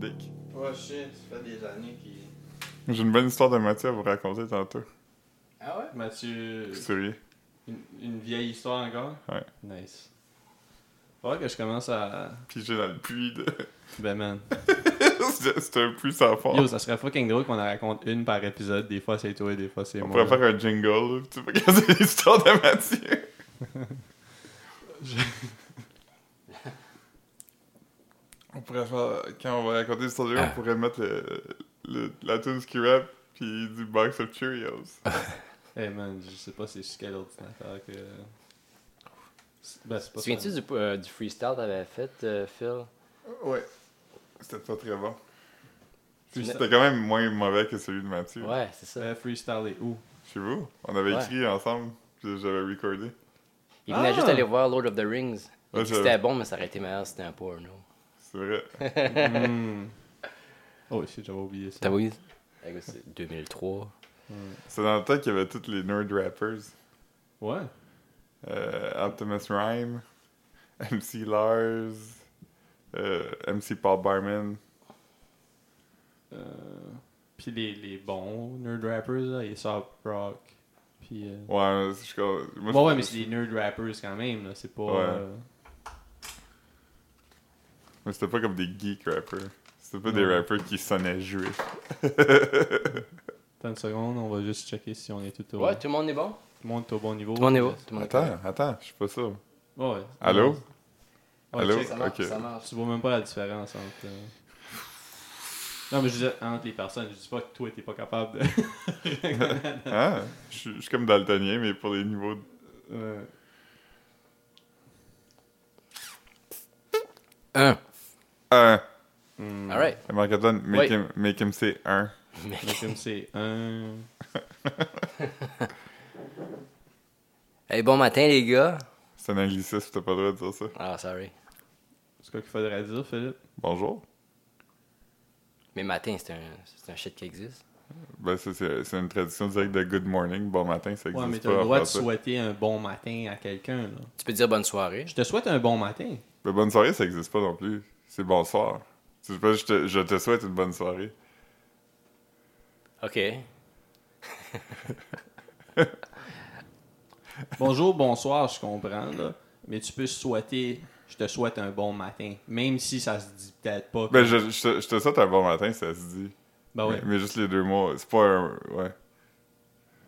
Dick. Ouais, je sais, Oh, ça fait des années qu'il. J'ai une bonne histoire de Mathieu à vous raconter tantôt. Ah ouais? Mathieu. C'est sérieux. Une, une vieille histoire encore? Ouais. Nice. Faudrait que je commence à. Pigé dans le puits de. Ben man. C'est c'est un puits sans fond. Yo, ça serait fucking drôle qu'on en raconte une par épisode. Des fois c'est toi et des fois c'est On moi. pourrait faire un jingle, là, pis tu vas regarder l'histoire de Mathieu. On pourrait faire, quand on va raconter l'histoire de lui, on pourrait mettre le, le- la tune qui rap pis du box of Cheerios. Hey man, je sais pas c'est sur quel ordinateur que. C'est- Ben, c'est pas Tu Souviens-tu du, euh, du freestyle que t'avais fait, euh, Phil? Ouais. C'était pas très bon. Freestyle. C'était quand même moins mauvais que celui de Mathieu. Ouais, c'est ça. Euh, freestyle et où? Chez vous, on avait Ouais. écrit ensemble, pis j'avais recordé. Il venait Ah! juste aller voir Lord of the Rings. Il Ouais, dit ça- que c'était bon, mais ça aurait été meilleur si c'était un porno. C'est vrai. Hmm. Oh shit, j'avais oublié ça. T'as vu? Avec- Eh ben, c'est 2003. C'est dans le temps qu'il y avait tous les nerd rappers. Ouais. Euh, Optimus Rhyme, MC Lars, euh, MC Paul Barman. Euh, Puis les, les bons nerd rappers, là, les soft rock. Puis. euh, Ouais, je suis con- moi, je- Bon, ouais, mais c'est des nerd rappers quand même, là. C'est pas. Ouais. euh, mais c'était pas comme des geek rappers. C'était pas des Non. rappers qui sonnaient juifs. Attends une seconde, on va juste checker si on est tout au, Ouais, tout le monde est bon? tout le monde est au bon niveau. Tout le monde est bon. Tout le monde est Attends, attends, je suis pas sûr. Ouais, ouais. Allô? Ouais, Allô? check. Ça marche, Ok. ça marche. Tu vois même pas la différence entre. euh, Non, mais je disais entre les personnes. Je dis pas que toi, t'es pas capable de. Hein? Je suis- je suis comme daltonien, mais pour les niveaux. de- Ouais. Un. Un. Hmm. Alright. Marc-Antoine, make, Oui. him, make him say un. Donc, Comme c'est un. Hey, bon matin, les gars. C'est un anglicisme, t'as pas le droit de dire ça. Ah, sorry. C'est quoi qu'il faudrait dire, Philippe Bonjour. Mais matin, c'est un, c'est un shit qui existe. Ben, ça, c'est c'est une tradition directe de good morning, bon matin, ça existe Ouais, mais t'as pas. le en droit de français. souhaiter un bon matin à quelqu'un, là. Tu peux dire bonne soirée. Je te souhaite un bon matin. Ben, bonne soirée, ça existe pas non plus. C'est bonsoir. C'est pas je te, je te souhaite une bonne soirée. Ok. Bonjour, bonsoir, je comprends, là. Mais tu peux souhaiter. Je te souhaite un bon matin. Même si ça se dit peut-être pas. Ben, je, je, te- je te souhaite un bon matin, ça se dit. Ben ouais. mais, mais juste les deux mots, c'est pas un. Ouais.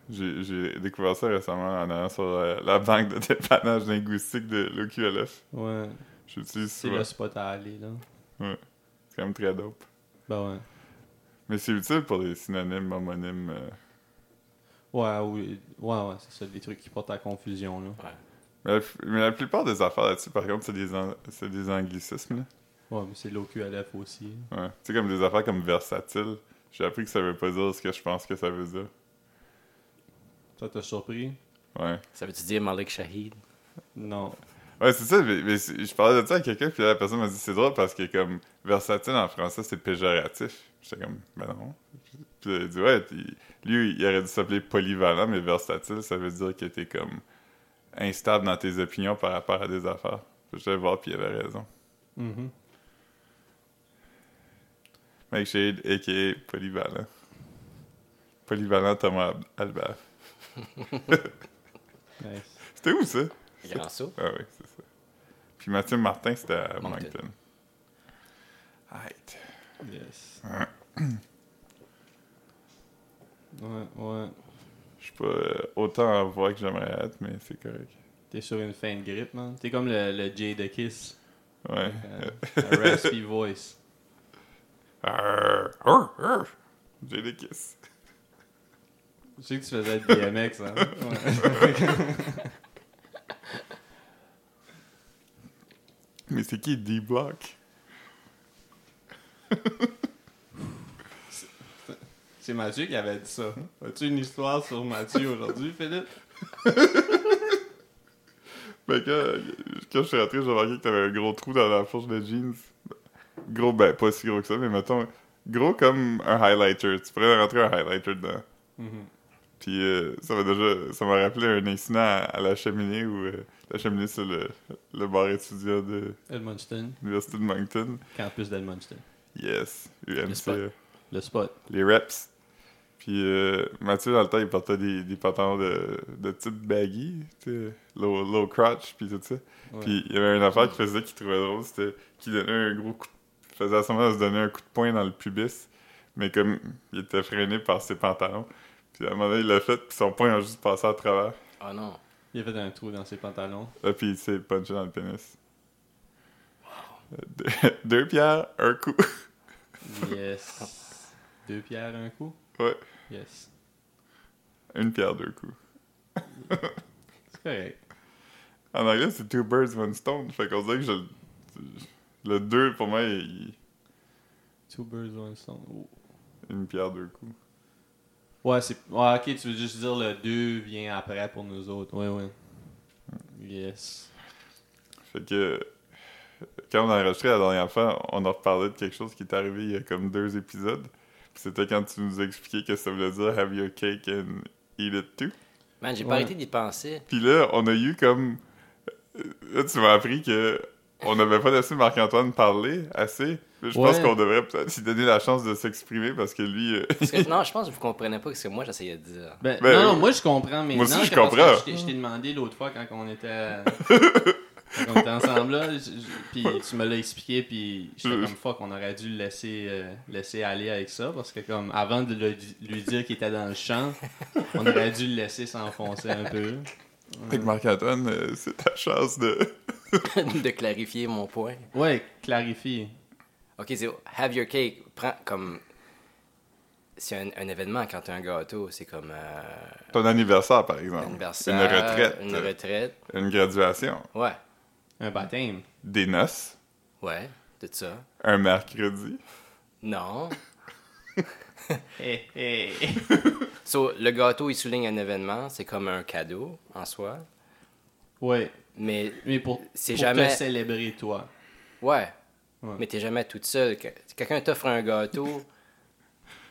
J'ai j'ai découvert ça récemment en allant sur la, la banque de dépannage linguistique de l'OQLF. Ouais. J'utilise C'est souvent. le C'est spot à aller, là. quand même très dope. Ben ouais. Mais c'est utile pour les synonymes, homonymes. euh. Ouais, oui. Ouais, ouais, c'est ça, des trucs qui portent à confusion, là. Mais, la, mais la plupart des affaires là-dessus, par contre, c'est des, an- c'est des anglicismes. là. Ouais, mais c'est l'OQLF aussi. Ouais. Tu sais, comme des affaires comme versatile. J'ai appris que ça veut pas dire ce que je pense que ça veut dire. Ça t'a surpris? Ouais. Ça veut-tu dire Malik Shahid? Non. Ouais, c'est ça. Mais, mais c'est- je parlais de ça à quelqu'un, puis la personne m'a dit c'est drôle parce que, comme, versatile en français, c'est péjoratif. J'étais comme, ben non. Puis elle dit, ouais, puis lui, il aurait dû s'appeler polyvalent, mais versatile, ça veut dire que t'es comme instable dans tes opinions par rapport à des affaires. Puis J'allais voir, puis il avait raison. Mhm. Mike Shade, a.k.a. polyvalent. Polyvalent Thomas Albert. Nice. C'était où ça? Grand saut. Ah oui, c'est ça. Puis Mathieu Martin, c'était à Moncton. Moncton. Right. Yes. Ouais, ouais. Je suis pas euh, autant en voix que j'aimerais être, mais c'est correct. T'es sur une fin de grippe, man. T'es comme le, le Jay de Kiss. Ouais. Euh, un raspy voice. Arr, arr, arr. J'ai des kisses. Je sais que tu faisais DMX, hein. Ouais. Mais c'est qui D-Block? C'est Mathieu qui avait dit ça. As-tu une histoire sur Mathieu aujourd'hui, Philippe? Ben, quand, quand je suis rentré, j'ai remarqué que t'avais un gros trou dans la fourche de jeans. Gros, ben, pas si gros que ça, mais mettons, gros comme un highlighter. Tu pourrais rentrer un highlighter dedans. Mhm. Puis euh, ça m'a déjà, ça m'a rappelé un incident à, à la cheminée où euh, la cheminée c'est le, le bar étudiant de Edmundston. l'université de Moncton. Campus d'Edmundston. Yes, Le UMC. spot. Le spot. les reps. Puis euh, Mathieu, dans le temps, il portait des, des pantalons de, de type baggy, tu sais, low, low crotch, puis tout ça. Ouais. Puis il y avait une affaire qu'il faisait qu'il trouvait drôle, c'était qu'il donnait un gros coup de... faisait assemblement de se donner un coup de poing dans le pubis, mais comme il était freiné par ses pantalons, puis à un moment donné, il l'a fait, puis son poing a juste passé à travers, Oh non. Il a fait un trou dans ses pantalons. là, Ah, puis il s'est punché dans le pénis. Deux, deux pierres, un coup. Yes. Deux pierres, un coup? Ouais, Yes. une pierre, deux coups. C'est correct. En anglais, c'est Two Birds, One Stone. Fait qu'on dirait que je... le- le 2, pour moi, il- Two birds, one stone. Oh. une pierre, deux coups. Ouais, c'est. Ouais, ok, tu veux juste dire le 2 vient après pour nous autres. Ouais, ouais. Yes. Fait que quand on a enregistré la dernière fois, on a reparlé de quelque chose qui est arrivé il y a comme deux épisodes. Puis c'était quand tu nous expliquais que ça voulait dire Have your cake and eat it too. Man, j'ai Ouais. pas arrêté d'y penser. Puis là, on a eu comme. euh, Là, tu m'as appris que on n'avait pas laissé Marc-Antoine parler assez. Je pense Ouais. qu'on devrait peut-être lui donner la chance de s'exprimer parce que lui. euh, Parce que, non, je pense que vous comprenez pas ce que moi j'essayais de dire. Ben, Ben, non, non, moi je comprends mais moi aussi, je comprends. Je t'ai- je t'ai demandé l'autre fois quand on était. euh, quand on était ensemble là, je- je- puis tu me l'as expliqué, puis j'étais Je- comme fuck, on aurait dû le laisser, euh, laisser aller avec ça, parce que comme avant de le- lui dire qu'il était dans le champ, on aurait dû le laisser s'enfoncer un peu. Fait que Marc-Antoine, euh, c'est ta chance de. de clarifier mon point. Ouais, clarifie. Ok, c'est have your cake. Prends comme. C'est un, un événement quand t'as un gâteau, c'est comme. euh, Ton anniversaire, par exemple. un anniversaire. Une retraite. Une retraite. euh, une graduation. Ouais. Un baptême. Des noces. Ouais. Tout ça. Un mercredi. Non. Hé, hé. So, le gâteau, il souligne un événement, c'est comme un cadeau en soi. Ouais, Mais, mais pour, C'est pour jamais- te célébrer toi. ouais. Ouais. Mais t'es jamais toute seule. Que- Quelqu'un t'offre un gâteau.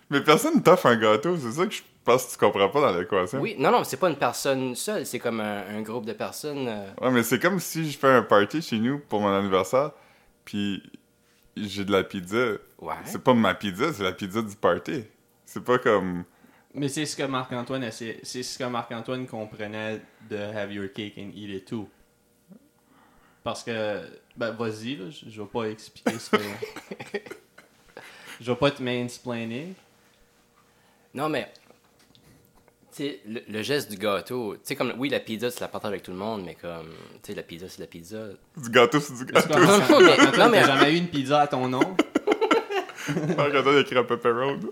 Mais personne ne t'offre un gâteau, c'est ça que je pense que tu comprends pas dans l'équation. Oui, non, non, mais c'est pas une personne seule, c'est comme un, un groupe de personnes. euh, Ouais, mais c'est comme si je fais un party chez nous pour mon anniversaire, puis j'ai de la pizza. Ouais. C'est pas ma pizza, c'est la pizza du party. C'est pas comme. Mais c'est ce que Marc-Antoine essaie- c'est ce que Marc-Antoine comprenait de Have Your Cake and Eat It Too. Parce que ben vas-y là, je, je vais pas expliquer ce que je vais pas te mansplainer. Non, mais. Tu sais, le, le geste du gâteau, tu sais, comme, oui, la pizza, tu la partages avec tout le monde, mais comme, tu sais, la pizza, c'est la pizza. Du gâteau, c'est du Parce que gâteau. Marc-Antoine, non, mais- non, mais- t'as jamais eu une pizza à ton nom Marc-Antoine écrit un pepperoni.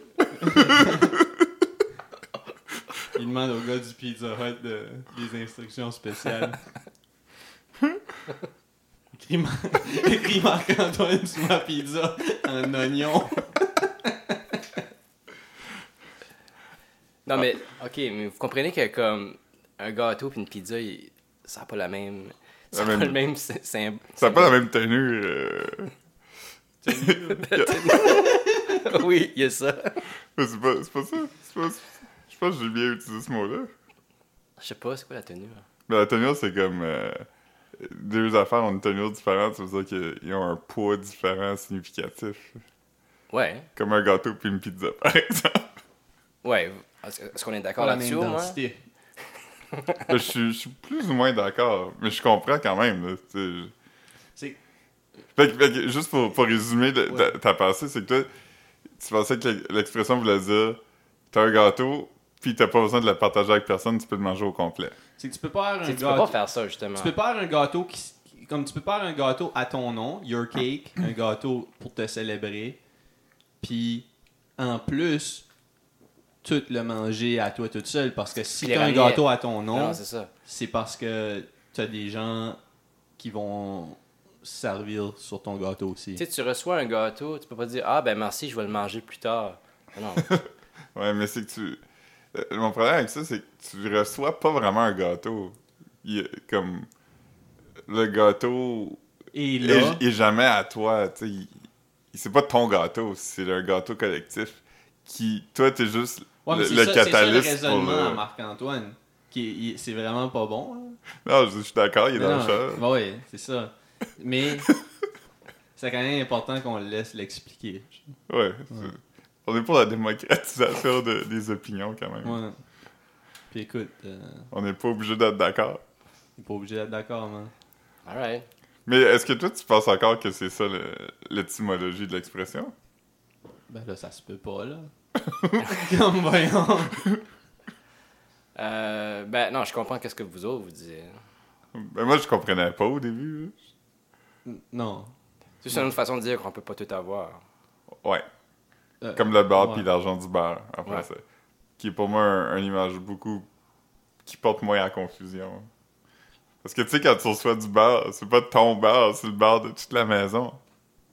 Il demande au gars du Pizza Hut de- des instructions spéciales. Écris Mar- écris Marc-Antoine sur ma pizza un oignon. Ah. Non, mais, ok, mais vous comprenez que, comme, un gâteau puis une pizza, il- ça n'a pas la même. Ça La n'a pas même- le même sy- sym- Ça n'a pas la même tenue. euh, oui, il y a ça. mais C'est pas, c'est pas ça. C'est pas- Je pense que j'ai bien utilisé ce mot-là. Je sais pas, c'est quoi la tenue? là? Mais la tenue, c'est comme. euh, deux affaires ont une tenue différente, ça veut dire qu'ils ont un poids différent significatif. Ouais, Comme un gâteau puis une pizza, par exemple. ouais. Est-ce est-ce qu'on est d'accord Pas la même là-dessus, au moins? densité. Ben, je, suis, je suis plus ou moins d'accord, mais je comprends quand même. là, tu sais. C'est- Fait que- fait que juste pour, pour résumer le- Ouais. ta, ta pensée, c'est que toi, tu pensais que l'expression voulait dire t'as un gâteau, puis t'as pas besoin de le partager avec personne, tu peux le manger au complet. C'est que tu peux pas avoir un Tu sais, tu peux pas gâteau. faire ça, justement. Tu peux pas avoir un gâteau qui s- qui- comme tu peux pas avoir un gâteau à ton nom, your Ah. cake, un gâteau pour te célébrer. Puis en plus tout le manger à toi toute seule parce que si Puis les t'as un ramener- gâteau à ton nom, Non, c'est ça. c'est parce que t'as des gens qui vont servir sur ton gâteau aussi. Tu sais, tu reçois un gâteau, tu peux pas dire Ah, ben merci, je vais le manger plus tard. Non, non. Ouais, mais c'est que tu. euh, Mon problème avec ça, c'est que tu reçois pas vraiment un gâteau. Il est comme. Le gâteau Et est, là, est jamais à toi. tu sais, il- C'est pas ton gâteau, c'est un gâteau collectif qui. Toi, t'es juste ouais, mais le, c'est le ça, c'est ça le catalyste pour raisonnement le. à Marc-Antoine qui est- il- c'est vraiment pas bon. hein. là. Non, je, je suis d'accord, il est Mais bah dans le non, chat. bah ouais, c'est ça. Mais c'est quand même important qu'on le laisse l'expliquer. Ouais. c'est- On est pour la démocratisation de- des opinions quand même. Ouais. Puis écoute, euh, On n'est pas obligé d'être d'accord. t'es pas obligé d'être d'accord, man. Alright. Mais est-ce que toi, tu penses encore que c'est ça le- l'étymologie de l'expression? Ben là, ça se peut pas, là. Comme voyons. Euh, ben non, je comprends qu'est-ce que vous autres vous disiez. Ben moi, je comprenais pas au début. Non. C'est juste une autre façon de dire qu'on peut pas tout avoir. là. Ouais. Euh, Comme le beurre ouais. puis l'argent du beurre, en Ouais. français. Qui est pour moi un- une image beaucoup... qui porte moins à confusion. Parce que tu sais, quand tu reçois du beurre, c'est pas ton beurre, c'est le beurre de toute la maison.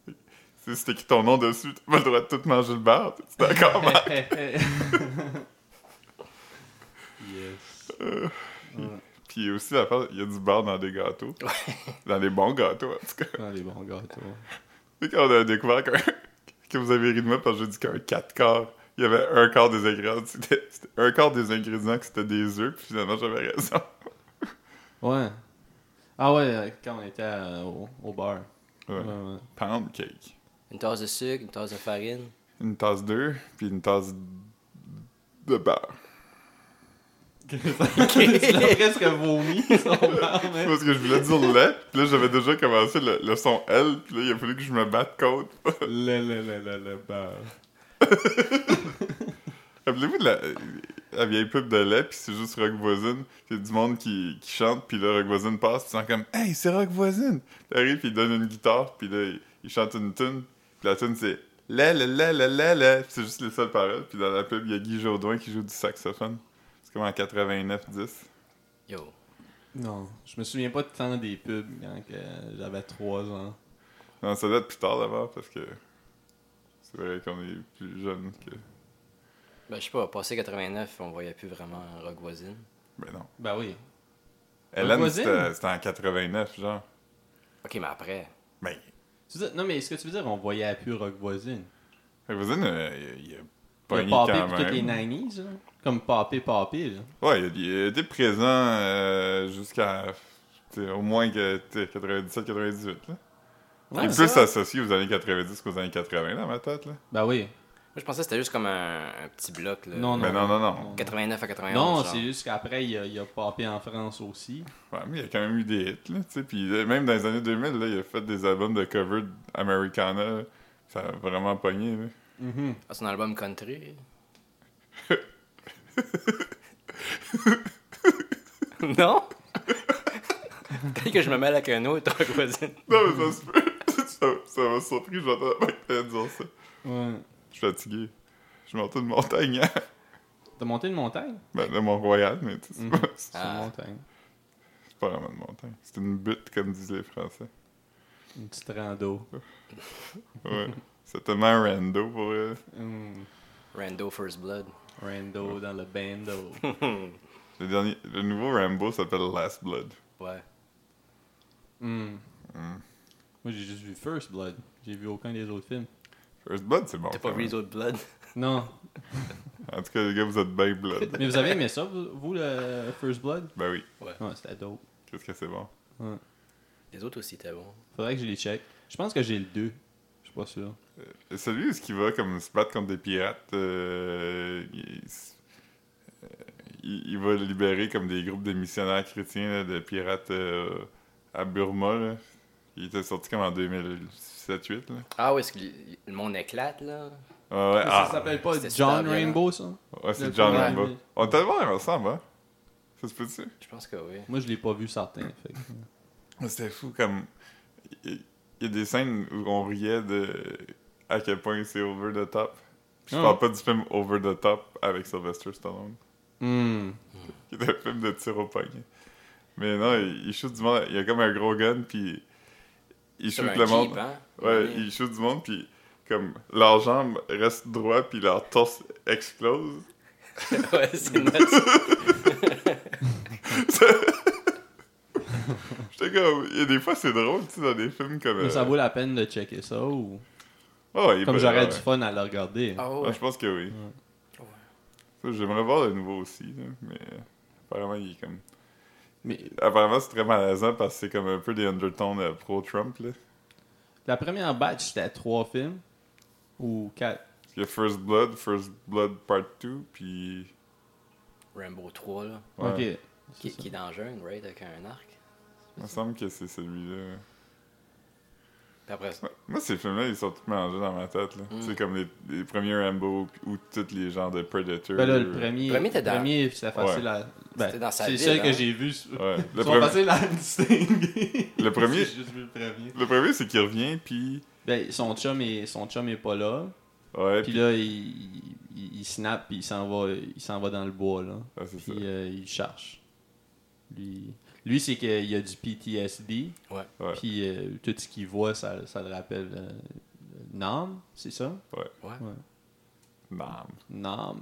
Si c'est écrit ton nom dessus, t'as pas le droit de tout manger le beurre. T'es d'accord, Marc? yes. Puis aussi, la part- il y a du beurre dans des gâteaux. dans des bons gâteaux, en tout cas. Ah, les bons gâteaux. Tu sais, quand on a découvert qu'un- que vous avez ri de moi parce que j'ai dit qu'un 4 quarts, il y avait un quart des ingrédients, c'était c'était un quart des ingrédients que c'était des œufs, puis finalement j'avais raison. Ouais. Ah ouais, euh, quand on était euh, au, au bar. Ouais. Ouais, ouais. Poundcake. Une tasse de sucre, une tasse de farine. Une tasse d'œufs, puis une tasse de beurre. tu l'as presque vomi, son bar, mais... Parce que je voulais dire lait, puis là j'avais déjà commencé le, le son L, puis là il a fallu que je me batte contre. Le, le, le, le, le bar. Rappelez-vous de la, la vieille pub de lait, puis c'est juste Rock Voisine. C'est du monde qui, qui chante, puis là, Rock Voisine passe, puis ils sont comme « Hey, c'est Rock Voisine! » Puis arrive, puis il donne une guitare, puis là, il, il chante une tune puis la tune c'est « Lait, lait, lait, lait, lait, lait. Puis c'est juste les seules paroles. Puis dans la pub, il y a Guy Jodoin qui joue du saxophone. C'est comme en 89-10. Yo. Non, je me souviens pas de tant des pubs quand que j'avais 3 ans. Non, ça doit être plus tard d'abord, parce que c'est vrai qu'on est plus jeune que... Ben je sais pas, passé 89, on voyait plus vraiment Rogue Voisine. Ben non. Ben oui. Hélène, Voisine? c'était c'était en 89, genre. Ben, Ok, mais après. Mais Tu veux dire- non, mais ce que tu veux dire, on voyait plus Rock Voisine. Rock Voisine, euh, il il a Le pogné papé quand pour toutes les même. 90s, là. Comme papé, papé, là. Ouais, il a- il a été présent euh, jusqu'à tu sais, au moins que 97-98. Ouais, il est ça. plus associé aux années 90 qu'aux années 80 dans ma tête. Là. Ben oui. Moi, je pensais que c'était juste comme un, un petit bloc. Là, Non, non. Mais non, non, non. 89 à 91. Non, genre. c'est juste qu'après, il y a, il y a papé en France aussi. Ouais, mais il y a quand même eu des hits. Là, tu sais, puis, euh, même dans les années 2000, là, il a fait des albums de cover d'Americana. Ça a vraiment pogné. Là. Ah, son album country. non? Peut-être que je me mêle avec un autre Rogue Voisine. Non, mais ça se peut. ça ça m'a surpris, j'entends pas que t'allais dire ça. Ouais. Je suis fatigué. Je suis monté de montagne. hein. T'as monté une montagne? Ben, de Mont-Royal, mais tu sais, c'est Mhm. pas- C'est Ah. une montagne. c'est pas vraiment de montagne. C'est une butte, comme disent les Français. Une petite rando. Ouais. C'est tellement rando pour euh, Hum, Rando First Blood. Rando dans le bando. le dernier. Le nouveau Rambo s'appelle Last Blood. Ouais. Hum. Moi, j'ai juste vu First Blood. J'ai vu aucun des autres films. First Blood, c'est bon. T'as pas quand vu même. les autres Blood? Non. En tout cas, les gars, vous êtes bien Blood. Mais vous avez aimé ça, vous, vous, le First Blood? ben oui. Ouais, c'était dope. Qu'est-ce que c'est bon. Ouais. Les autres aussi étaient bons. Faudrait que je les check. Je pense que j'ai le 2. Je suis pas sûr. Euh, Et celui où est-ce qu'il va comme se battre contre des pirates, euh, il, s- euh, il- il va libérer comme des groupes de missionnaires chrétiens là, de pirates euh, à Burma. là. Il était sorti comme en 2007-8. là. Ah oui, ce que le- le monde éclate, là. Ah ouais, Mais ah, ça s'appelle pas C'était John super violent. Rainbow, ça? ouais, c'est le John premier. Rambo. On est tellement ensemble, hein? Ça se peut-tu? Je pense que oui. Moi, je l'ai pas vu certain. Fait. que- Mais C'était fou comme. Il il y a des scènes où on riait de à quel point c'est over the top. Puis je Ah. parle pas du film Over the Top avec Sylvester Stallone, Hmm. Hum. qui est un film de tir au poignet. Mais non, il, il shoot du monde. Il y a comme un gros gun, puis il shoot Comme un le monde. Jeep, hein? Ouais, Oui. il shoot du monde, puis comme leurs jambes restent droites, puis leur torse explose. ouais, c'est nuts. J'étais comme. Il y a des fois, c'est drôle, tu sais, dans des films comme. Mais euh, Ça vaut la peine de checker ça ou. oh, il est Comme pas- j'aurais ouais. du fun à le regarder. Ah Ah, ouais. je pense que oui. Ouais. Ça, J'aimerais voir le nouveau aussi, là, mais euh, apparemment, il est comme. Mais Apparemment, c'est très malaisant parce que c'est comme un peu des undertones euh, pro-Trump, là. La première batch, c'était trois films ou quatre. Il y a First Blood, First Blood Part 2, puis. Rambo 3, là, Ouais. Ok. c'est qui, ça. qui est dans le jungle, right, avec un arc. Il me semble que c'est celui-là. Puis après, Ouais, Moi, ces films-là, ils sont tous mélangés dans ma tête. là. Mm. Tu sais, comme les, les premiers Rambo puis- ou tous les genres de Predator. Ben là, le premier, Premier, t'es le dans- premier c'était facile à. ben, C'était dans sa c'est ville, ça hein. que j'ai vu. Ils Ouais. Le, sont premi- faciles à distinguer. Le premier- J'ai juste vu le premier. le premier, c'est qu'il revient, puis. Ben, son chum est, son chum est pas là. Ouais, Puis puis. là, il, il, il snap, puis il s'en va, il s'en va dans le bois, là. Ah, c'est ça. Puis euh, il cherche. Lui, lui c'est qu'il a du PTSD. Ouais. Ouais. Puis euh, tout ce qu'il voit, ça, ça le rappelle euh, Nam, c'est ça? euh, Bam. Nam.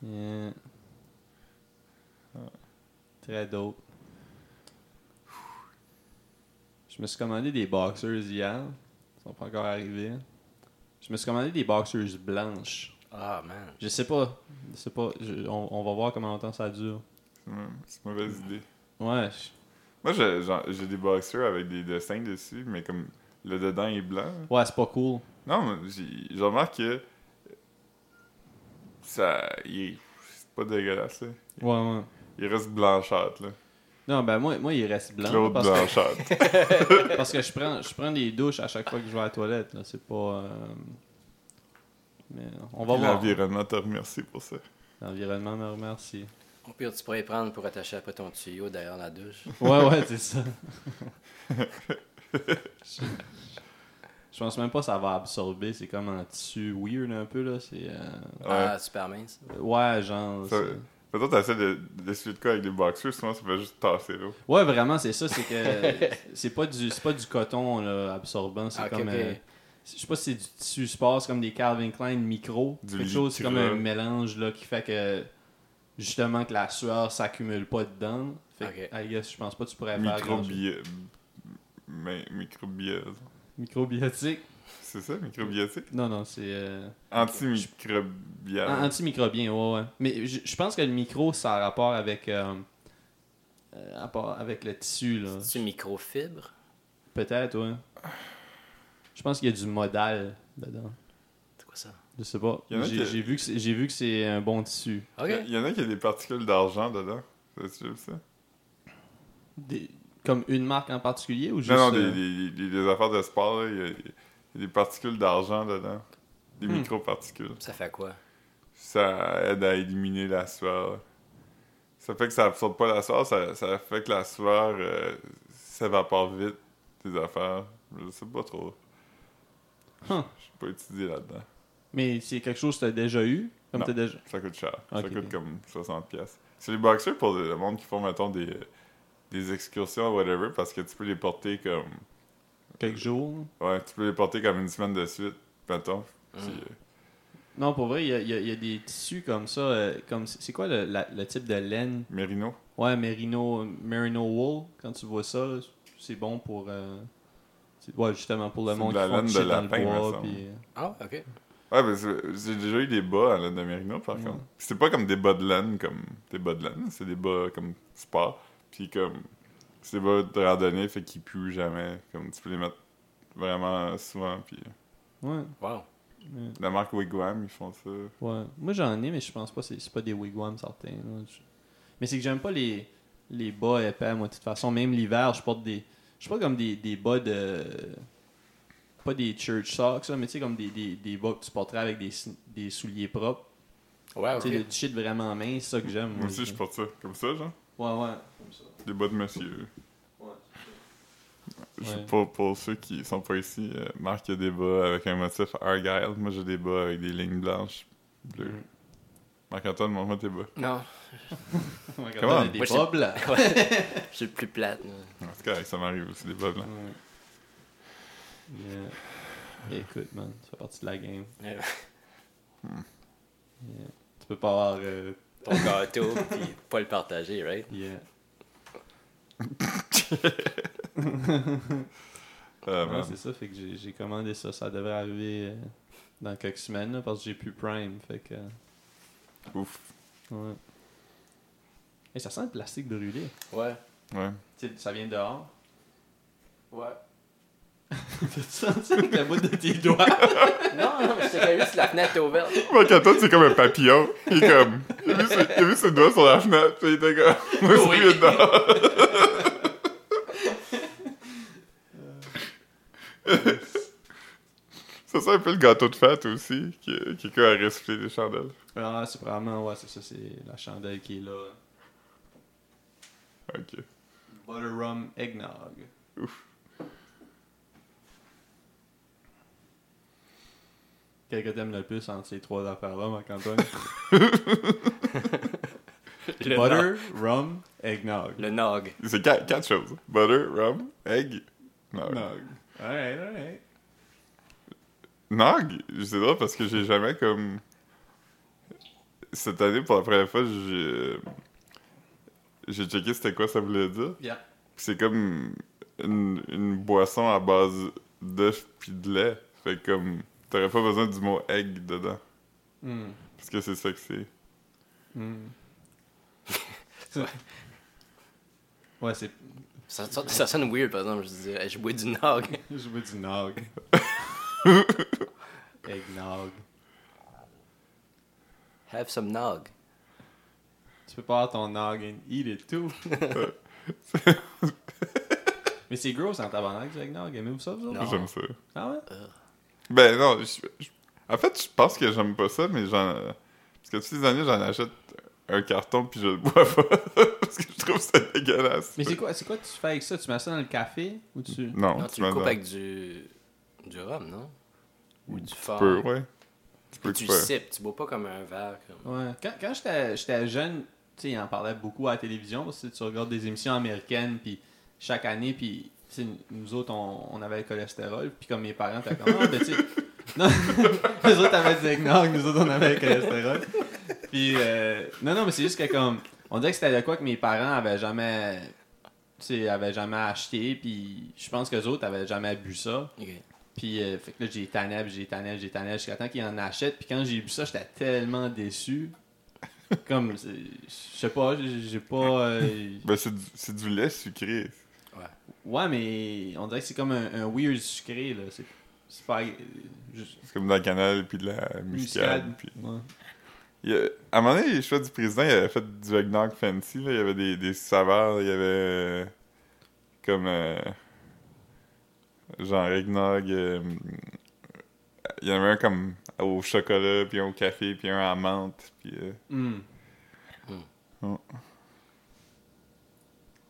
Yeah. Très dope. Je me suis commandé des boxers hier. Ils sont pas encore arrivés. Je me suis commandé des boxers blanches. ah, man. Je sais pas. Je sais pas. Je- on, on va voir comment longtemps ça dure. C'est une- c'est une mauvaise idée. Ouais. je- Moi, j'ai j'en- j'ai des boxeurs avec des dessins dessus, mais comme le dedans est blanc. Ouais, c'est pas cool. Non, mais j'ai- je remarque que. Ça. il est- C'est pas dégueulasse, là. Ouais, ouais. Il reste blanchâtre, là. Non, ben moi, moi il reste blanc. Claude parce, que, blanchâtre. parce que je prends je prends des douches à chaque fois que je vais à la toilette. là. C'est pas. euh, Mais on va voir. L'environnement te remercie pour ça. L'environnement me remercie. Au pire, tu pourrais les prendre pour attacher après ton tuyau derrière la douche. Ouais, ouais, c'est ça. je, je pense même pas que ça va absorber. C'est comme un tissu weird un peu, là. C'est. euh, Ah, super mince. Ouais, genre. Ça- c'est- Mais toi, t'essaies de, d'essuyer de quoi avec des boxers, sinon ça fait juste tasser l'eau. Ouais, vraiment, c'est ça. C'est que c'est pas du c'est pas du coton là, absorbant. C'est Ah, ok, comme. ok. euh, je sais pas si c'est du tissu sport, c'est comme des Calvin Klein micro. Du quelque chose, c'est comme lycra. un mélange là, qui fait que. Justement, que la sueur s'accumule pas dedans. Fait que, I guess, je pense pas que tu pourrais faire. grand-chose. Microbié. Mais microbié. Microbiotique. C'est ça, microbiotique? Non, non, c'est. euh, Antimicrobial. Ah an- Antimicrobien, ouais, ouais. Mais je je pense que le micro, ça a rapport avec. euh, euh, rapport avec le tissu, là. C'est-tu microfibre? Peut-être, ouais. Je pense qu'il y a du modal dedans. C'est quoi ça? Je sais pas. Il y en a J'ai qui- j'ai vu que c'est- j'ai vu que c'est un bon tissu. OK. Il y en a qui a des particules d'argent dedans. C'est sûr, ça? Des- Comme une marque en particulier ou juste. non, non, euh, des, des, des- des affaires de sport, là, il y, a- il y a des particules d'argent dedans. Des Hmm. microparticules. Ça fait quoi? Ça aide à éliminer la sueur. là. Ça fait que ça absorbe pas la sueur, ça, ça fait que la sueur euh, s'évapore vite, tes affaires. Je sais pas trop. Huh. Je suis pas étudié là-dedans. Mais c'est quelque chose que t'as déjà eu Comme Non. t'as déjà. Ça coûte cher. ça Ok, coûte ok. comme 60 pièces. C'est les boxers pour le monde qui font, mettons, des, des excursions, whatever, parce que tu peux les porter comme... Quelques jours Ouais, tu peux les porter comme une semaine de suite, mettons. Mm. Puis, euh, Non, pour vrai, il y a, il y a- il y a des tissus comme ça. euh, comme C'est c'est quoi le, la- le type de laine Merino. Ouais, merino, merino wool. Quand tu vois ça, c'est bon pour. euh, c'est- Ouais, justement, pour le C'est de monde la qui font laine de tisser dans lapin, me le bois. semble. puis, euh, Ah, OK. Ouais, mais c'est- j'ai déjà eu des bas en laine de merino, par Ouais. contre. Puis c'est pas comme des bas de laine, comme des bas de laine. C'est des bas comme sport. Puis comme, c'est des bas de randonnée, fait qu'ils puent jamais. Comme, tu peux les mettre vraiment souvent. Puis Ouais, Wow. ouais. la marque Wigwam, ils font ça. Ouais. Moi j'en ai, mais je pense pas c'est c'est pas des wigwams certains. là. Je- Mais c'est que j'aime pas les, les bas épais, moi, de toute façon. Même l'hiver, je porte des. Je porte comme des, des bas de. Pas des church socks, là, mais tu sais, comme des, des, des bas que tu porterais avec des, sou- des souliers propres. Ouais, Tu sais, le Ah, OK. du shit vraiment mince, c'est ça que j'aime. Moi aussi, je Ouais, porte ça. Comme ça, genre. ouais. Des bas de monsieur. Ouais. Je- Ouais. Pour, pour ceux qui sont pas ici, euh, Marc a des bas avec un motif Argyle. Moi, j'ai des bas avec des lignes blanches bleues. Mhm. Marc-Antoine, montre-moi tes bas. Non, Comment Comment? on a des Moi, je- bobs, là. je suis le plus plate. là. En tout cas, ça m'arrive aussi, des bas blancs. Ouais. Yeah. Yeah, Écoute, man, ça fait partie de la game. Ouais. Yeah. Tu peux pas avoir. euh, Ton gâteau, puis pas le partager, right? yeah. Euh, Ouais, man. c'est ça, fait que j'ai- j'ai commandé ça. Ça devrait arriver euh, dans quelques semaines là, parce que j'ai plus Prime. Fait que. euh, Ouf. ouais. Et ça sent le plastique brûlé. Ouais. Ouais. Tu sais, ça vient dehors. Ouais. T'as-tu senti avec la bout de tes doigts? Non, non, mais je sais juste la fenêtre est ouverte. Mon caton, c'est comme un papillon. Il est comme. Il a vu ses, il a vu ses doigts sur la fenêtre, puis il était comme. Moi, c'est Oui. lui dedans. C'est ça un peu le gâteau de fête aussi, qui, qui a resplé les chandelles. Ah, c'est probablement, ouais, c'est ça, c'est la chandelle qui est là. Ok. Butter rum eggnog. Ouf. Quel que t'aimes le plus entre ces trois affaires-là, Marc-Antoine? Le nog. Butter, rum, eggnog. Le nog. C'est quatre, quatre choses butter, rum, egg, nog. Nog. Alright, alright. Nog, je sais pas parce que j'ai jamais comme. Cette année, pour la première fois, j'ai. J'ai checké c'était quoi ça voulait dire. Yeah. Puis c'est comme une, une boisson à base d'œufs puis de lait. Fait que comme t'aurais pas besoin du mot egg dedans. Hmm. Mm. Parce que c'est ça que c'est. Mm. ouais, c'est. Ça, ça, ça sonne weird, par exemple. Je dis, hey, je bois du nog. Je veux du nog. eggnog. Have some nog. Tu peux pas avoir ton nog and eat it too. Mais c'est gross en tabarnak, du eggnog. Aimez-vous ça, vous autres? Non. J'aime ça. Ah ouais? Ben non, je- je- en fait, je pense que j'aime pas ça, mais j'en. Parce que toutes les années, j'en achète un carton puis je le bois pas. parce que je trouve que c'est dégueulasse. Mais c'est quoi, c'est quoi que tu fais avec ça? Tu mets ça dans le café ou tu. Non, Non, tu tu le mets coupes dans- avec du. du rhum, non Ou du fort. peu, ouais. Tu peux Puis tu couper. sips, tu bois pas comme un verre. Comme... Ouais. Quand, quand j'étais j'étais jeune, tu sais, ils en parlaient beaucoup à la télévision parce que tu regardes des émissions américaines, puis chaque année, puis tu sais, nous autres, on, on avait le cholestérol, puis comme mes parents, t'as comme, ah, ben, tu sais, non, nous autres, avaient du eggnog, nous autres, on avait le cholestérol. Puis, euh, non, non, mais c'est juste que comme, on dirait que c'était de quoi que mes parents avaient jamais, tu sais, avaient jamais acheté, puis je pense que les autres avaient jamais bu ça. Ok. Puis euh, fait que là, j'ai tanné, puis j'ai tanné, puis j'ai tanné jusqu'à temps qu'il en achète. Puis quand j'ai bu ça, j'étais tellement déçu. Comme, c'est- je sais pas, j'ai j'ai pas. euh, Ben c'est du, c'est du lait sucré. Ouais, mais on dirait que c'est comme un, un weird sucré, là. C'est c'est pas. euh, Juste... C'est comme dans la cannelle puis de la muscade. Muscade. Puis... Ouais. Il y a- À un moment donné, les choix du président, il avait fait du eggnog fancy. Là. Il y avait des, des saveurs. Il y avait euh, comme euh, genre eggnog. euh, il y en avait un comme au chocolat, puis un au café, puis un à menthe. Puis, euh, Hmm.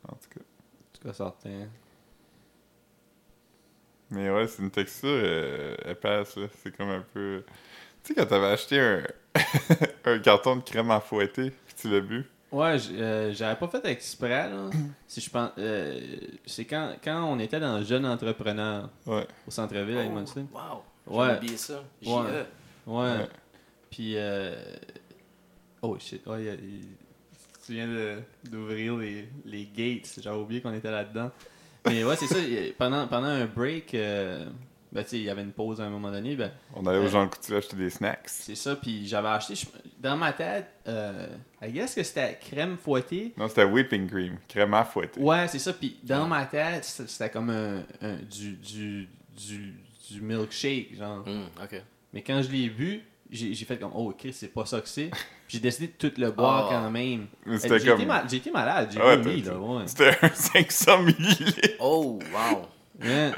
en tout cas. En tout cas, certain. Mais ouais, c'est une texture euh, épaisse. là. C'est comme un peu. Tu sais, quand t'avais acheté un, un carton de crème à fouetter, puis tu l'as bu. Ouais, j'- euh, j'avais pas fait exprès, là. Si je pense. euh, c'est quand, quand on était dans Jeune Entrepreneur Ouais. au centre-ville à Edmonton. Oh, wow. J'ai Ouais. oublié ça. J'ai Ouais. euh, Ouais. Ouais. Puis, euh... oh shit, ouais, y a- y- tu viens de- d'ouvrir les, les gates. J'avais oublié qu'on était là-dedans. Mais ouais, c'est ça. y a- Pendant, pendant un break, euh, ben, tu sais, il y avait une pause à un moment donné. Ben, On allait Euh. aux gens Coutu acheter des snacks. c'est ça. Puis j'avais acheté, je- dans ma tête, euh, I guess que c'était crème fouettée. Non, c'était whipping cream, crème à fouetter. Ouais, c'est ça. Puis dans ma tête, c'était c'était comme un, un- du, du, du, du milkshake, genre. hmm, ok. Mais quand je l'ai bu, j'ai j'ai fait comme oh Chris, c'est pas ça que c'est. Puis J'ai décidé de tout le boire Ah. quand même. Mais J'ai C'était été, comme. mal- j'ai été malade, j'ai Ah ouais, vomi t'as- là, ouais. C'était un 500 millilitres, Oh, wow. Hein,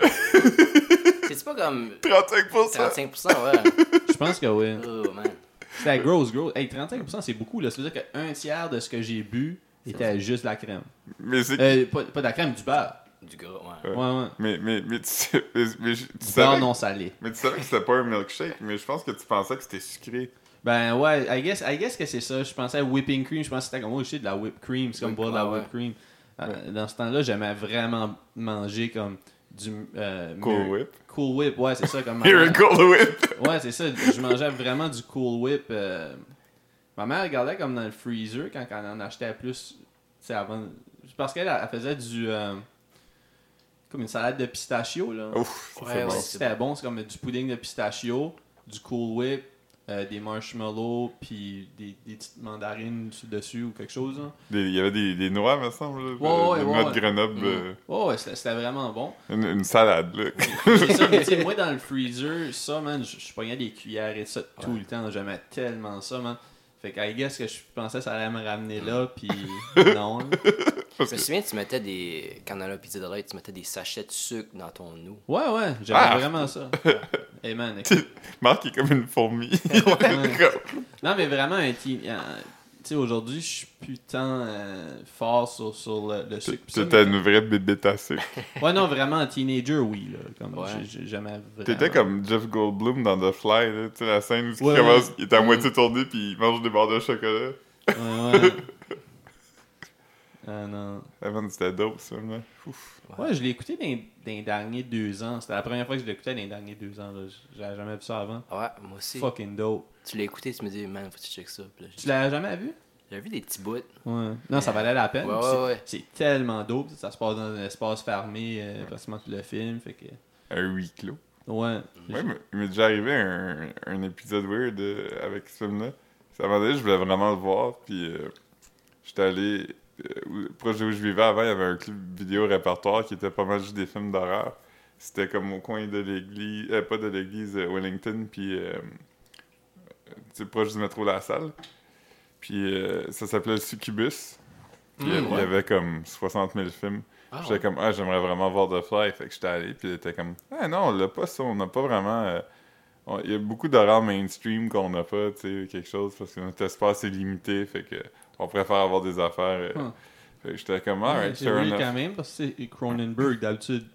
C'est pas comme 35%. 35%, ouais. je pense que oui. oh, man. C'était gross, gross. Hey, 35% c'est beaucoup là. Ça veut dire qu'un tiers de ce que j'ai bu était juste de la crème. Mais c'est. Euh, pas, pas de la crème, du beurre. Du gras, ouais. Ouais. Ouais, ouais. Mais, mais, mais tu sais. Mais, mais je- tu Du savais. beurre Ben non salé. Mais tu savais que c'était pas un milkshake, mais je pense que tu pensais que c'était sucré. Ben ouais, I guess, I guess que c'est ça. Je pensais à whipping cream. Je pensais que c'était comme, oh shit, de la whipped cream. C'est comme Whip- boire de la ouais, whipped cream. Euh, Dans ce temps-là, j'aimais vraiment manger comme du. euh, Cool Mir- Whip. Cool Whip, ouais, c'est ça. Comme ma mère- Miracle Whip. Ouais, c'est ça. Je mangeais vraiment du Cool Whip. euh, Ma mère regardait comme dans le freezer quand elle en achetait plus. Tu sais, avant. Parce qu'elle elle faisait du. euh, Comme une salade de pistachio, là. Ouf, Oh, ça, Ouais, c'est ouais. bon. C'était bon, c'est comme du pudding de pistachio, du Cool Whip, euh, des marshmallows, puis des, des petites mandarines dessus- dessus ou quelque chose. là. Des- Il y avait des, des noix, me semble. là, Ouais, des ouais, noix ouais. de Grenoble. Mm. euh, Oh, ouais, c'était c'était vraiment bon. une, une salade, là. C'est ça, mais tu sais, moi dans le freezer, ça, man, je je pognais des cuillères et ça tout le temps. J'aimais tellement ça, man. Fait que, I guess que je pensais que ça allait me ramener là, puis non. là. Je me souviens, tu mettais des. Quand on allait au Pizza Delight, tu mettais des sachets de sucre dans ton eau. Ouais, ouais, j'aimais Ah! vraiment ça. Hey, man, écoute, Marc est comme une fourmi. Comme- Non, mais vraiment, un ti- euh, tu sais, aujourd'hui, je suis plus tant euh, fort sur, sur le, le sucre. pis ça, T'étais mais- une vraie bébête à sucre. Ouais, non, vraiment, teenager, oui. Là, comme Ouais. j'ai- j'ai jamais vraiment... T'étais comme Jeff Goldblum dans The Fly, là. Tu sais, la scène où Euh, Ouais, il, commence, ouais. il est à moitié tourné puis il mange des barres de chocolat. Ouais, ouais. Ah non. Avant, c'était dope, ça, là. Ouf. Ouais, je l'ai écouté dans, les- dans les derniers deux ans. C'était la première fois que je l'écoutais dans les derniers deux ans. là. J'avais jamais vu ça avant. Ouais, moi aussi. Fucking dope. Tu l'as écouté, tu me dis, man, faut que tu checkes ça. Puis là, Tu j'ai- l'as jamais vu? J'avais vu des petits bouts. Ouais. Non, ça valait la peine. Ouais, pis ouais, c'est- ouais. C'est tellement dope. Ça se passe dans un espace fermé, euh, pratiquement tout le film. Fait que... Un huis clos. Ouais. Ouais, mais- il m'est déjà arrivé un, un épisode weird euh, avec ce film-là. Ça m'a donné, je voulais vraiment le voir, puis euh, j'étais allé. euh, où- proche de où je vivais avant, il y avait un club vidéo répertoire qui était pas mal juste des films d'horreur. C'était comme au coin de l'église, euh, pas de l'église, euh, Wellington, puis euh, euh, tu sais, proche du métro La Salle. Puis euh, ça s'appelait Succubus. Puis Mm, il y- il ouais. y avait comme 60 000 films. Ah, J'étais comme, ah, j'aimerais vraiment voir The Fly. Fait que j'étais allé, puis il était comme, ah non, on l'a pas ça, on n'a pas vraiment. euh, on- Il y a beaucoup d'horreurs mainstream qu'on n'a pas, tu sais, quelque chose, parce que notre espace est limité, fait que on préfère avoir des affaires. euh. Hum. Fait que j'étais comme, Ouais, alright, c'est sure weird enough. quand même parce que c'est Cronenberg d'habitude,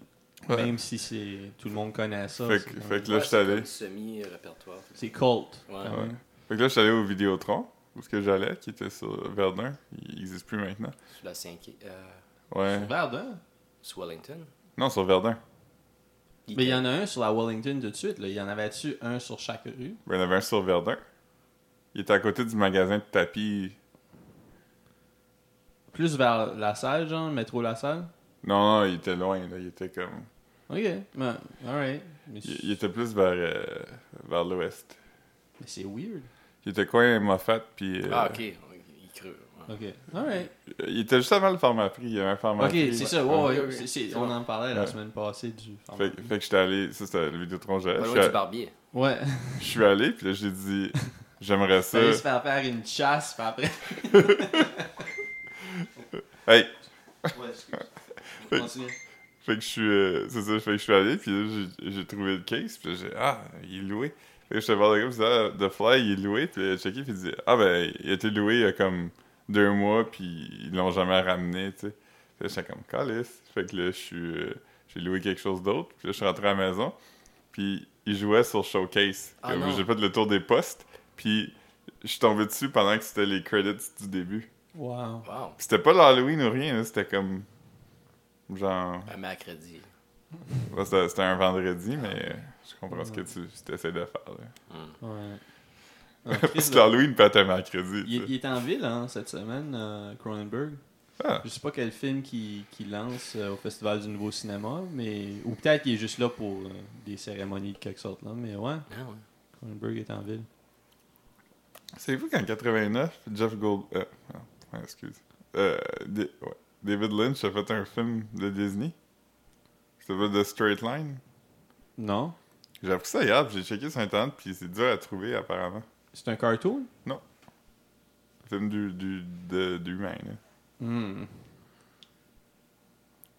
Ouais. même si c'est tout le monde connaît ça. Fait c'est que- comme- fait que là, j'étais allé. Semi-répertoire. C'est cult. Ouais. quand Ouais. même. Fait que là, j'étais allé au Vidéotron, où ce que j'allais, qui était sur Verdun. Il existe plus maintenant. Sur la 5 euh, Ouais. Sur hein? Verdun. Sur Wellington. Non, sur Verdun. Mais il y en a un sur la Wellington tout de suite. Là. Il y en avait-tu un sur chaque rue? Ben, il y en avait un sur Verdun. Il était à côté du magasin de tapis. Plus vers la salle, genre, métro la salle? Non, non, il était loin, là. Il était comme. Ok, ben, alright. Mais c'est- Il, il était plus vers, euh, vers l'ouest. mais c'est weird. Il était coin Moffat, puis euh, Ah, ok. Il creux. ouais. Ok, alright. il était juste avant le format prix. Il y avait un format Ok, prix. c'est ça, ouais, Ouais. ouais, Ok, ok. c'est- c'est- C'est on bon. en parlait la Ouais. semaine passée du... Fait, que- fait que j'étais allé, ça c'était le vidéo Pas je, suis loin du allé- barbier. Ouais, je suis allé, puis là j'ai dit, j'aimerais ça. fallait se faire faire une chasse, puis après... hey, Ouais, excuse. Continue. fait que je suis, euh, c'est ça, fait que je suis allé, puis là j'ai- j'ai trouvé le case, puis là, j'ai ah, il est loué. Fait que je te parle de gars, puis ah, The Fly, il est loué, puis il a checké, puis il dit, ah ben, il a été loué il y a comme deux mois, puis ils l'ont jamais ramené, tu sais. Fait que j'étais comme, calice. Fait que là, je suis, euh, j'ai loué quelque chose d'autre, puis là, je suis rentré à la maison. puis il jouait sur Showcase. Ah Euh, non. J'ai fait le tour des postes, puis je suis tombé dessus pendant que c'était les credits du début. Wow. Wow. Puis C'était pas l'Halloween ou rien, là, c'était comme. Genre. Un mercredi. ouais, c'était c'était un vendredi, mais euh, je comprends ce que tu tu essaies de faire. Là. Hmm. Ouais. Parce que l'Halloween peut être un mercredi. Il, tu il est en ville hein, cette semaine, euh, Cronenberg. Ah. Je sais pas quel film qui, qui lance euh, au Festival du Nouveau Cinéma, mais ou peut-être qu'il est juste là pour euh, des cérémonies de quelque sorte. Là, mais ouais, Ah, ouais. Cronenberg est en ville. C'est vous qu'en 89, Jeff Gold. euh, ah, ouais, excuse. Euh, Da- ouais. David Lynch a fait un film de Disney. Ça s'appelle The Straight Line. Non? J'ai appris ça hier, puis j'ai checké sur Internet, puis c'est dur à trouver apparemment. C'est un cartoon? film du, du, de, d'humain, là. Hmm.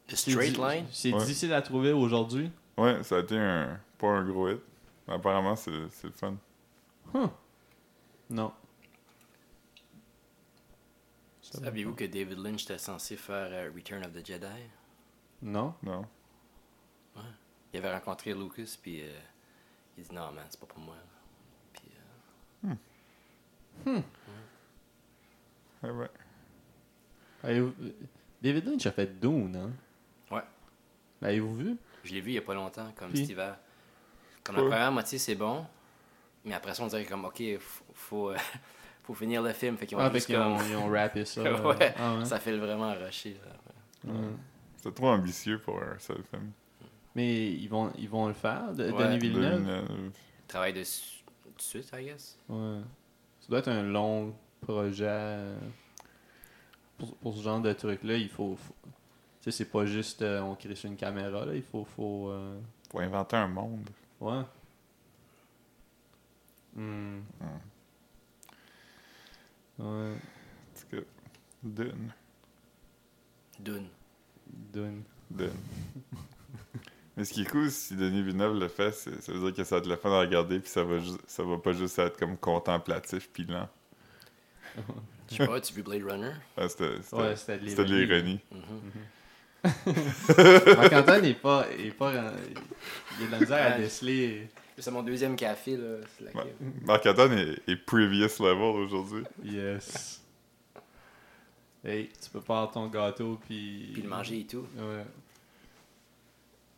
The C'est Straight di- Line. C'est Ouais. difficile à trouver aujourd'hui. Ouais, ça a été un, pas un gros hit. mais Apparemment, c'est, c'est le fun. Huh. Non. Saviez-vous que David Lynch était censé faire euh, Return of the Jedi? Non? Non. Il avait rencontré Lucas, puis euh, il dit non, man, c'est pas pour moi. Puis, euh, Ah ouais. Avez-vous- David Lynch a fait Dune, hein? Ouais. L'avez-vous vu? je l'ai vu il y a pas longtemps, comme Puis- cet hiver. Comme Ouais. la première moitié, c'est bon, mais après ça, on dirait comme, ok, f- faut, euh, faut finir le film. Fait qu'ils ont Ah, fait juste qu'ils ont, comme. ils ont rappé ça. là. ouais, Ah ouais. Hmm. ça fait vraiment rusher. là. Ouais. C'est trop ambitieux pour un seul film. Mais ils vont, ils vont le faire, de- Ouais. Denis Villeneuve. Villeneuve. Travail de, su- de suite, I guess. Ouais. Ça doit être un long projet. euh, Pour, pour ce genre de truc-là, il faut. faut- Tu sais, c'est pas juste euh, on crée sur une caméra, là. Il faut. faut euh, Faut inventer un monde. Ouais. Hmm. Ouais. En tout cas, Dune. Dune. Dune. Dune. Mais ce qui est cool, si Denis Villeneuve le fait, c'est- ça veut dire que ça va être le fun à regarder, puis ça va, ju- ça va pas juste être comme contemplatif puis lent. Je sais pas, tu as vu Blade Runner? Ah, c'était c'était- Ouais, c'était de c'était de l'ironie. l'ironie. Mhm. Marc Antoine est pas, est pas, euh, il a de la misère à déceler. C'est mon deuxième café, là. C'est la Ouais. Marc-Antoine est, est previous level aujourd'hui. Yes. Hey, tu peux pas avoir ton gâteau puis. Puis le manger et tout. Ouais.